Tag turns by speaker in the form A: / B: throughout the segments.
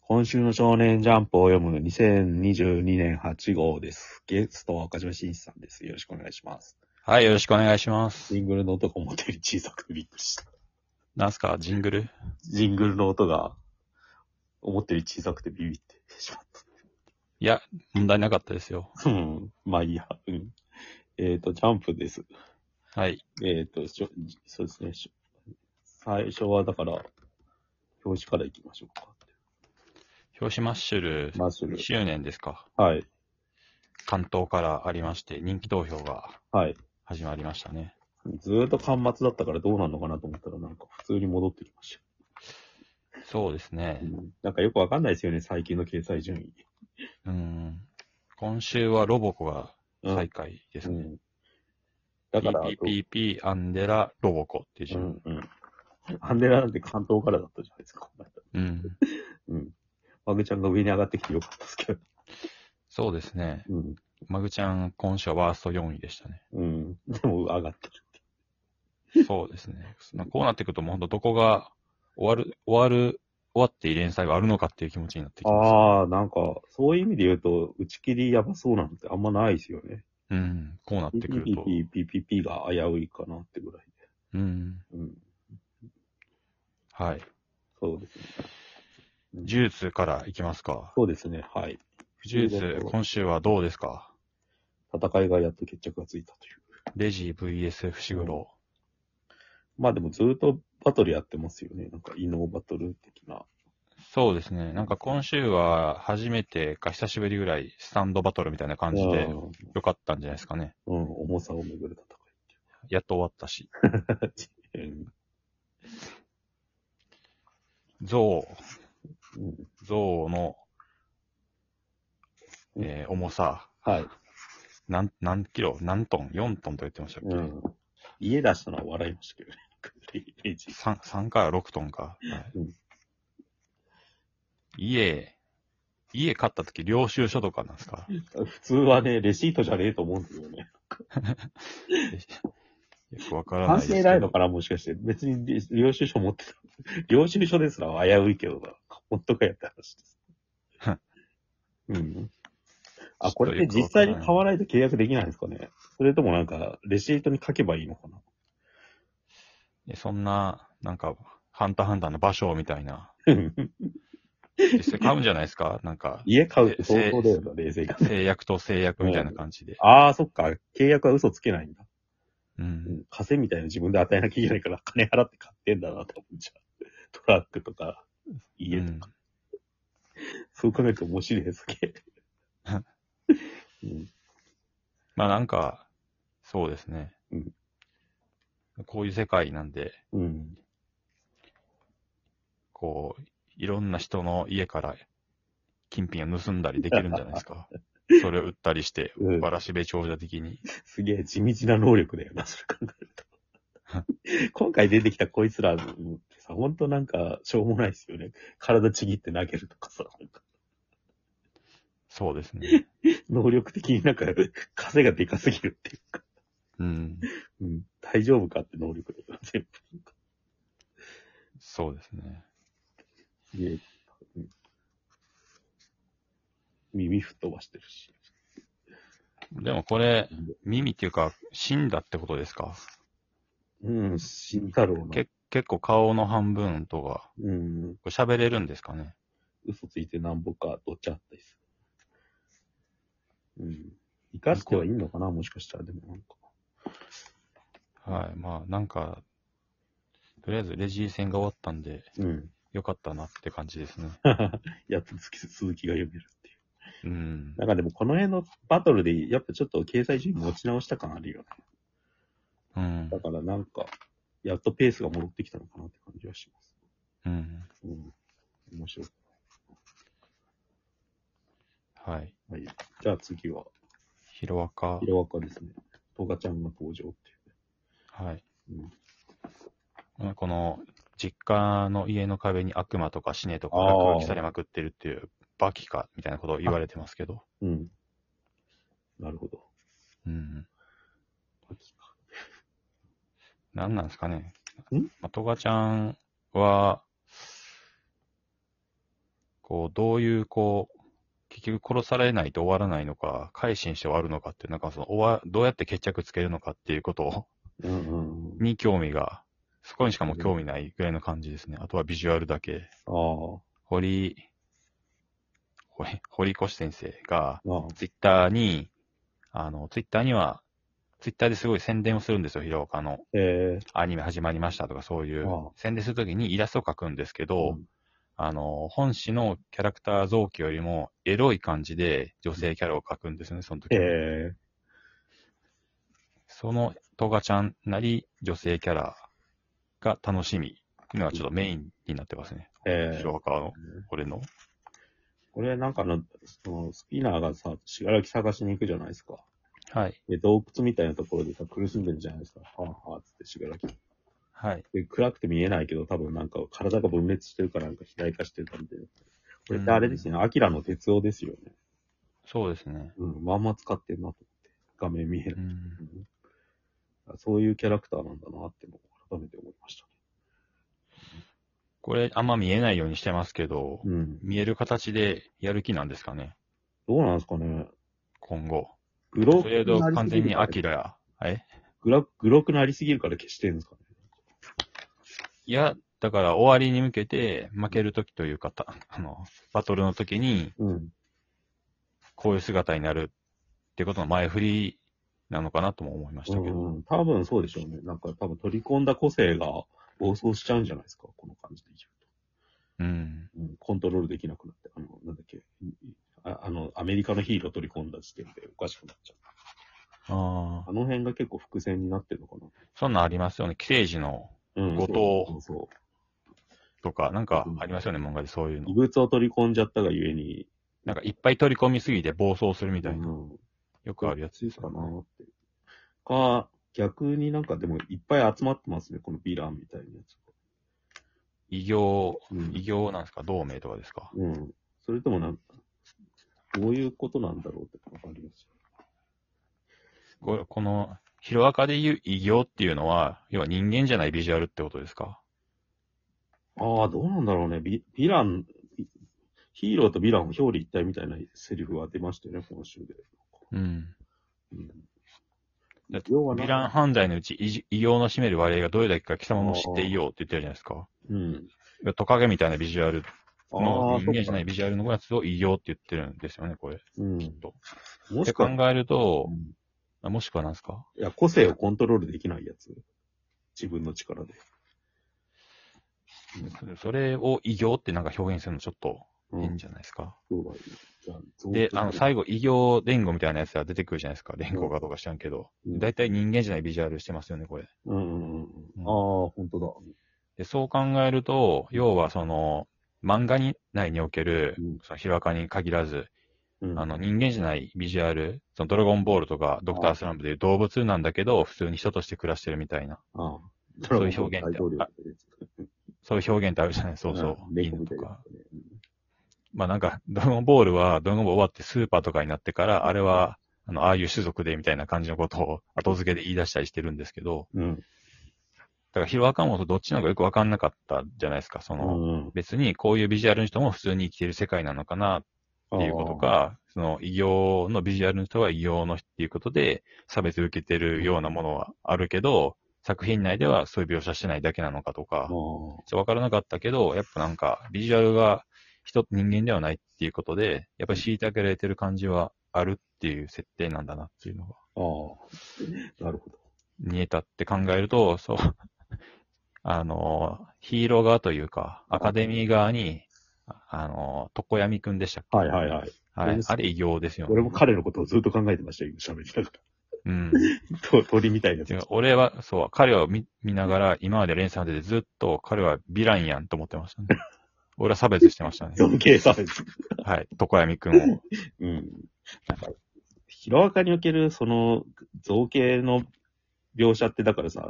A: 今週の少年ジャンプを読む2022年8号です。ゲストは岡島真一さんです。よろしくお願いします。
B: はい、よろしくお願いします。
A: ジングルの音が思ったより小さくてびっくりした。
B: なんすか、ジングル
A: ジングルの音が思ったより小さくてビビってしまっ
B: いや、問題なかったですよ。
A: た。うん。まあいいや。うん。えっ、と、ジャンプです。
B: はい。
A: えっ、としょ、そうですね。しょ最初はだから、表紙から行きましょうか。
B: 表紙マッシュル、
A: マッシュル
B: 2。周年ですか。
A: はい。
B: 関東からありまして、人気投票が
A: はい。
B: 始まりましたね。
A: ずーっと間末だったからどうなるのかなと思ったら、なんか普通に戻ってきまし
B: そうです
A: た。
B: ね
A: う。んなんかよくわかんないですよね、最近の掲載順位。
B: うん。今週はロボコが最下位です
A: う
B: ね。
A: ん。だから、
B: PPP、アンデラ、ロボコっていう
A: う
B: 順。
A: んうん。アンデラなんて関東からだったじゃないですか、この間
B: うん。
A: うん。マグちゃんが上に上がってきてよかったですけど。
B: そうですね。
A: うん。
B: マグちゃん、今週はワースト4位でしたね。
A: うん。でも上がってる。
B: そうですね。まあこうなってくると、もう本当どこが終わる、終わる、終わっていい連載があるのかっていう気持ちになってきます。
A: ああ、なんか、そういう意味で言うと、打ち切りやばそうなんてあんまないですよね。
B: うん、こうなってくると。
A: PPP、PPP が危ういかなってぐらい
B: うん。
A: で。うん。
B: はい。
A: そうですね。
B: 呪術からいきますか。
A: そうですね、はい。
B: 呪術、今週はどうですか
A: 戦いがやっと決着がついたという。
B: レジ VS 伏黒。
A: まあでもずっとバトルやってますよね。なんか異能バトル的な。
B: そうですね。なんか今週は初めてか久しぶりぐらいスタンドバトルみたいな感じで
A: うん
B: よかったんじゃないですかね。
A: うん、重さをめぐる
B: やっと終わったし。
A: 戦いっていう。
B: 象、
A: うんうん
B: 象の、えー重さ、
A: はい。
B: なん、何キロ何トン ?4 トンと言ってましたっけ、
A: うん。家出したのは笑いましたけどね。レイジ。
B: 三三から6トンか。はい
A: うん
B: 家、家買った時、領収書とかなんですかよ
A: 普通はね、レシートじゃねえと思うんですよね。
B: くわからな
A: 関
B: いです
A: 係
B: けど。
A: ないのかなもしかして。別に領領収書持ってた。領収書ですら危ういけどな。本当かやった話 です。うん。あ、これって実際に買わないと契約できないんですかねそれともなんか、レシートに書けばいいのかな
B: えそんな、なんか、ハンターハンターの場所みたいな。
A: うん
B: 実際買うんじゃないで すかなんか、
A: 家買うって相当だよな、冷静が。
B: 制約と制約みたいな感じで。
A: ああ、そっか。契約は嘘つけないんだ。
B: う。
A: うんん。稼みたいなの自分で与えなきゃいけないから、金払って買ってんだな、多分じゃあ。 トラックとか、家
B: う
A: とか。
B: ん
A: そう考えると面白いですけど。うん
B: まあなんか、そうですね。
A: うん
B: こういう世界なんで、
A: うん。
B: こう、いろんな人の家から金品を盗んだりできるんじゃないです か。それを売ったりして、
A: うん
B: わらしべ長者的に。
A: すげえ地道な能力だよな、それ考える と。今回出てきたこいつらってさ、ほんとなんか、しょうもないですよね。体ちぎって投げるとかさ、なんか
B: そうですね。
A: 能力的になんか、風がでかすぎるっていうか、
B: うん。
A: うん、大丈夫かって能力だから、全部。
B: そうですね。
A: すげえうん耳吹っ飛ばしてるし。
B: でもこれ、耳っていうか、死んだってことですか
A: うん、死んだろうな。
B: け結構顔の半分とか、
A: うん、
B: これ喋れるんですかね
A: 嘘ついてなんぼか、どっちあったりする。うん。生かしてはいいのかな、もしかしたら。でもなんか。
B: はい。まあ、なんか、とりあえずレジー戦が終わったんで、
A: うん。
B: よかったなって感じですね。
A: やっと続き続きが読めるっていう。
B: うん。
A: なんかでもこの辺のバトルで、やっぱちょっと掲載順位持ち直した感あるよね。
B: うん
A: だ。からなんか、やっとペースが戻ってきたのかなって感じはします。
B: うん。
A: うん。面白い。
B: はい。
A: はい。じゃあ次は、
B: ヒロアカ。
A: ヒロアカですね。トガちゃんが登場っていう。
B: はい。
A: うん
B: まあこの、実家の家の壁に悪魔とか死ねとか
A: あー
B: 落書きされまくってるっていう、バキか、みたいなことを言われてますけど。
A: うん。なるほど。
B: うん。
A: 秋か
B: 何なんですかね。
A: ん
B: まあ、トガちゃんは、こう、どういう、こう、結局殺されないと終わらないのか、改心して終わるのかっていう、なんかその、終わ、どうやって決着つけるのかっていうことを、
A: うんうんうん。
B: に興味が、そこにしかもう興味ないぐらいの感じですね。あとはビジュアルだけ。
A: あ
B: 堀、堀、堀越先生が、
A: あ、ああ、
B: ツイッターに、あの、ツイッターには、ツイッターですごい宣伝をするんですよ、広岡の。
A: ええ
B: アニメ始まりましたとかそういう
A: ああ、
B: 宣伝するときにイラストを描くんですけ
A: う
B: ど、
A: ん
B: あの、本誌のキャラクター造形よりも、エロい感じで女性キャラを描くんですよね、その時、
A: ええ
B: その、トガちゃんなり女性キャラが楽しみっていうのがちょっとメインになってますね。
A: ええ
B: 広岡の、俺の。
A: 俺なんかあの、そのスピナーがさ、しがらき探しに行くじゃないですか。
B: はい。
A: で、洞窟みたいなところでさ、苦しんでるじゃないですか。はあはあ、つってしがらき。
B: はい。
A: で、暗くて見えないけど、多分なんか体が分裂してるかなんか肥大化してるかみたいな。これってあれですね、アキラの鉄夫ですよね。
B: そうですね。
A: うん、まんま使ってんなと思って。画面見え
B: う
A: ない。
B: ん。
A: うんそういうキャラクターなんだなってのを改めて思いました
B: これ、あんま見えないようにしてますけど、
A: ね。うん。
B: 見える形でやる気なんですかね、
A: どうなんですかね。
B: 今後。
A: グロ
B: そ
A: くなりすぎ
B: れ
A: る
B: と
A: から
B: 完全にアキラや。え
A: グラグロくなりすぎるから消してるんですかね。
B: いや、だから終わりに向けて、負けるときというか、た あの、バトルのときに、
A: うん。
B: こういう姿になるってことの前振りなのかなとも思いましたけど。
A: うん、多分そうでしょうね。なんか多分取り込んだ個性が暴走しちゃうんじゃないですか。この感じでいける
B: うん。
A: と。うん、コントロールできなくなって、あの、なんだっけ。ああの、アメリカのヒーロー取り込んだ時点でおかしくなっちゃう。
B: ああ
A: あ。の辺が結構伏線になってるのか
B: そんなんありますよね。寄生児の
A: な。うん。
B: 後藤
A: そうそう
B: とか、なんかありますよね、漫画でそういう
A: そう。異
B: の。
A: 物を取り込んじゃったがゆえに、
B: なんかいっぱい取り込みすぎて暴走するみ
A: み
B: たいな。
A: うん、
B: よくあるやつです
A: か
B: よ
A: な
B: ね。
A: ーって。か、逆になんかでもいっぱい集まってますね。このヴィランみたいなやつ。
B: 異形、
A: うん
B: 異形なんですか同盟とかですか
A: うん。それともなんか、どういうことなんだろうってわかりますよ。
B: これこの、ヒロアカで言う異形っていうのは、要は人間じゃないビジュアルってことですか
A: ああ、どうなんだろうね。ビヴィラン、ビヒーローとヴィランを表裏一体みたいなセリフが出ましたよね、今週で。
B: うん。
A: うん
B: だって
A: 要は
B: ヴ
A: なん
B: ィ
A: か
B: ラン犯罪のうち異異様の占める割合がどれだけか貴様も知っていようって言ってるじゃないですか。
A: うん。
B: トカゲみたいなビジュアル
A: あ
B: の
A: あ、、
B: 人間じゃない
A: そ
B: ビジュアルのやつを異様って言ってるんですよね、これ。
A: うか。うん。
B: きっと。
A: も
B: って
A: し
B: 考
A: か
B: えると
A: う、ん
B: あもしくは何ですか
A: いや、個性をコントロールできないやつ。自分の力で。
B: それを異様ってなんか表現するのちょっと
A: う
B: いいん
A: ん。
B: じゃないですか。
A: そうだよじゃあ造
B: で、
A: 形
B: あの、最後、異形連合みたいなやつが出てくるじゃないですか。連合かどうか知らんけど。
A: うん
B: だいたい人間じゃないビジュアルしてますよね、これ。
A: うんうんうんうん。ああ、本当だ。
B: で、そう考えると、要はその、漫画に内における
A: うん、
B: その、ヒロアカに限らず、
A: うん、
B: あの、人間じゃないビジュアル、そのドラゴンボールとかドクタースランプでいう動物なんだけど、普通に人として暮らしてるみたいな、
A: ああ、
B: そういう表現
A: 大
B: って
A: 統領
B: あそういう表現ってあるじゃないそうそう。
A: 猫
B: 犬
A: みた
B: と
A: いなや
B: か。
A: つね。
B: まあなんか、ドラゴンボールは、ドラゴンボール終わってスーパーとかになってから、あれは、あの、ああいう種族でみたいな感じのことを後付けで言い出したりしてるんですけど、
A: うん。
B: だからヒロアカもどっちなのかよくわかんなかったじゃないですか、その、
A: うん。っ
B: 別にこういうビジュアルの人も普通に生きてる世界なのかなっていうこと。か、その異様のビジュアルの人は異様の人っていうことで差別受けてるようなものはあるけど、作品内ではそういう描写してないだけなのかと
A: あ
B: か
A: あ、、
B: ちょっとわからなかったけど、やっぱなんかビジュアルが人、人間ではないっていうことで、やっぱり虐げられてる感じはあるっていう設定なんだなっていうの
A: あ
B: が
A: あ。なるほど。
B: 見えたって考えると、そう、 あの、ヒーロー側というか、アカデミー側に、あの、床闇くんでしたっけ
A: はいはいはい。
B: あれ、あれ異形ですよね。
A: 俺も彼のことをずっと考えてましたよ、今喋りなが
B: うん。
A: ら。と鳥みたいなやつ
B: 違。う俺は、そう、彼を見見ながら、今まで連載までずっと彼はヴィランやんと思ってまし たね。俺は差別してましたね。
A: 尊敬差別。
B: はい、床闇くんを。
A: うん。なんか、ヒロアカにおける、その、造形の描写って、だからさ、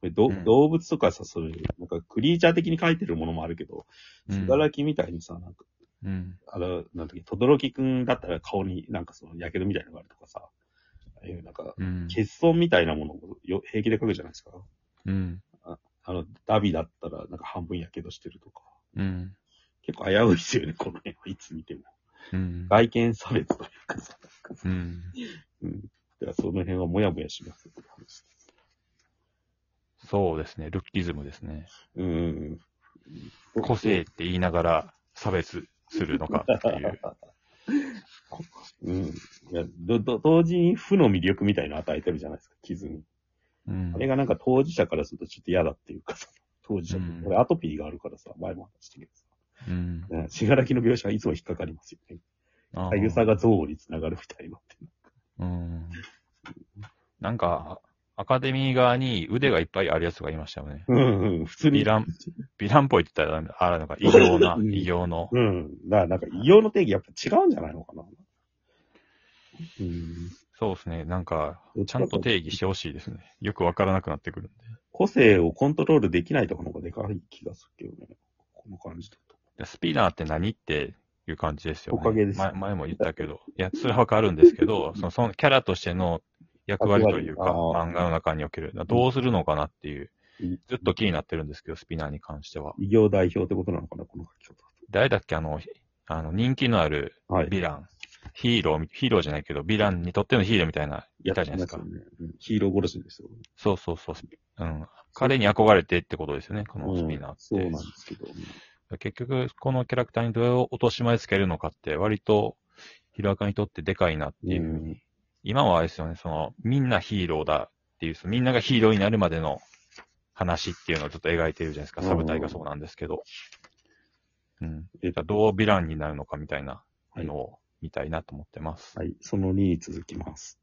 A: これど
B: うん
A: 動物とかさ、そういう、なんかクリーチャー的に描いてるものもあるけど、
B: うん
A: すがらきみたいにさ、なんか、
B: うん。
A: あの、なんだっけ、とどろきくんだったら顔になんかその、やけどみたいなのがあるとかさ、ああいうなんか、
B: うん。
A: 欠損みたいなものをよ平気で描くじゃないですか。
B: うん。
A: あの、ダビだったらなんか半分やけどしてるとか、
B: うん。
A: 結構危ういですよね、この辺はいつ見ても。
B: うん。
A: 外見差別というかさ。
B: うん。
A: うん。だからその辺はもやもやします。
B: そうですね。ルッキズムですね。
A: うんうんうん。
B: 個性って言いながら差別するのかっていう。
A: うん。いや、ど、ど、同時に負の魅力みたいなの与えてるじゃないですか、傷に。
B: うん
A: あ。れがなんか当事者からするとちょっと嫌だっていうかさ、当事者って、
B: うん
A: 俺アトピーがあるからさ、前も話したけどさ、
B: うん。
A: うん、死柄木の描写はいつも引っかかりますよね。
B: あ
A: 左右
B: ー
A: 差が憎悪につながるみたいなって。
B: うん。なんか、アカデミー側に腕がいっぱいあるやつがいましたよね。
A: うんうん、普通に。
B: ヴィラン、ヴィランっぽいって言ったらダメだ、あれなんか異様な、
A: うん
B: 異様の。
A: うん。だからなんか異様の定義やっぱ違うんじゃないのかな。うん。
B: そうですね。なんか、ちゃんと定義してほしいですね。よくわからなくなってくるんで。
A: 個性をコントロールできないところの方がでかい気がするけどね。この感じだと。
B: でスピナーって何っていう感じですよね。
A: おかげです
B: 前前も言ったけど。いや、それはわかるんですけど、その、そのキャラとしての役割というか、
A: 役割あー
B: 漫画の中における、どうするのかなっていう
A: うん、
B: ずっと気になってるんですけど、スピナーに関しては。
A: 異業代表ってことなのかな、この書き方だ
B: 誰だっけ、あの、ひあの人気のある
A: と。はい。
B: ヴィラン、ヒーロー、ヒーローじゃないけど、ヴィランにとってのヒーローみたいな、いたじゃないですか
A: やっ。てますよねうんヒーロー殺しですよ。
B: そうそうそう。スピうん。彼に憧れてってことですよね、このスピ
A: う
B: ナーっ
A: ん
B: て。
A: そうなんですけど。
B: 結局、このキャラクターにどう落とし前つけるのかって、割と、ヒロアカにとってでかいなっていう。
A: うん
B: 今はあれですよね、その、みんなヒーローだっていう、そのみんながヒーローになるまでの話っていうのをちょっと描いてるじゃないですか。サブタイがそうなんですけど。うん。
A: えっ
B: だからどうヴィランになるのかみたいなのを見たいなと思ってます。
A: はい、その2に続きます。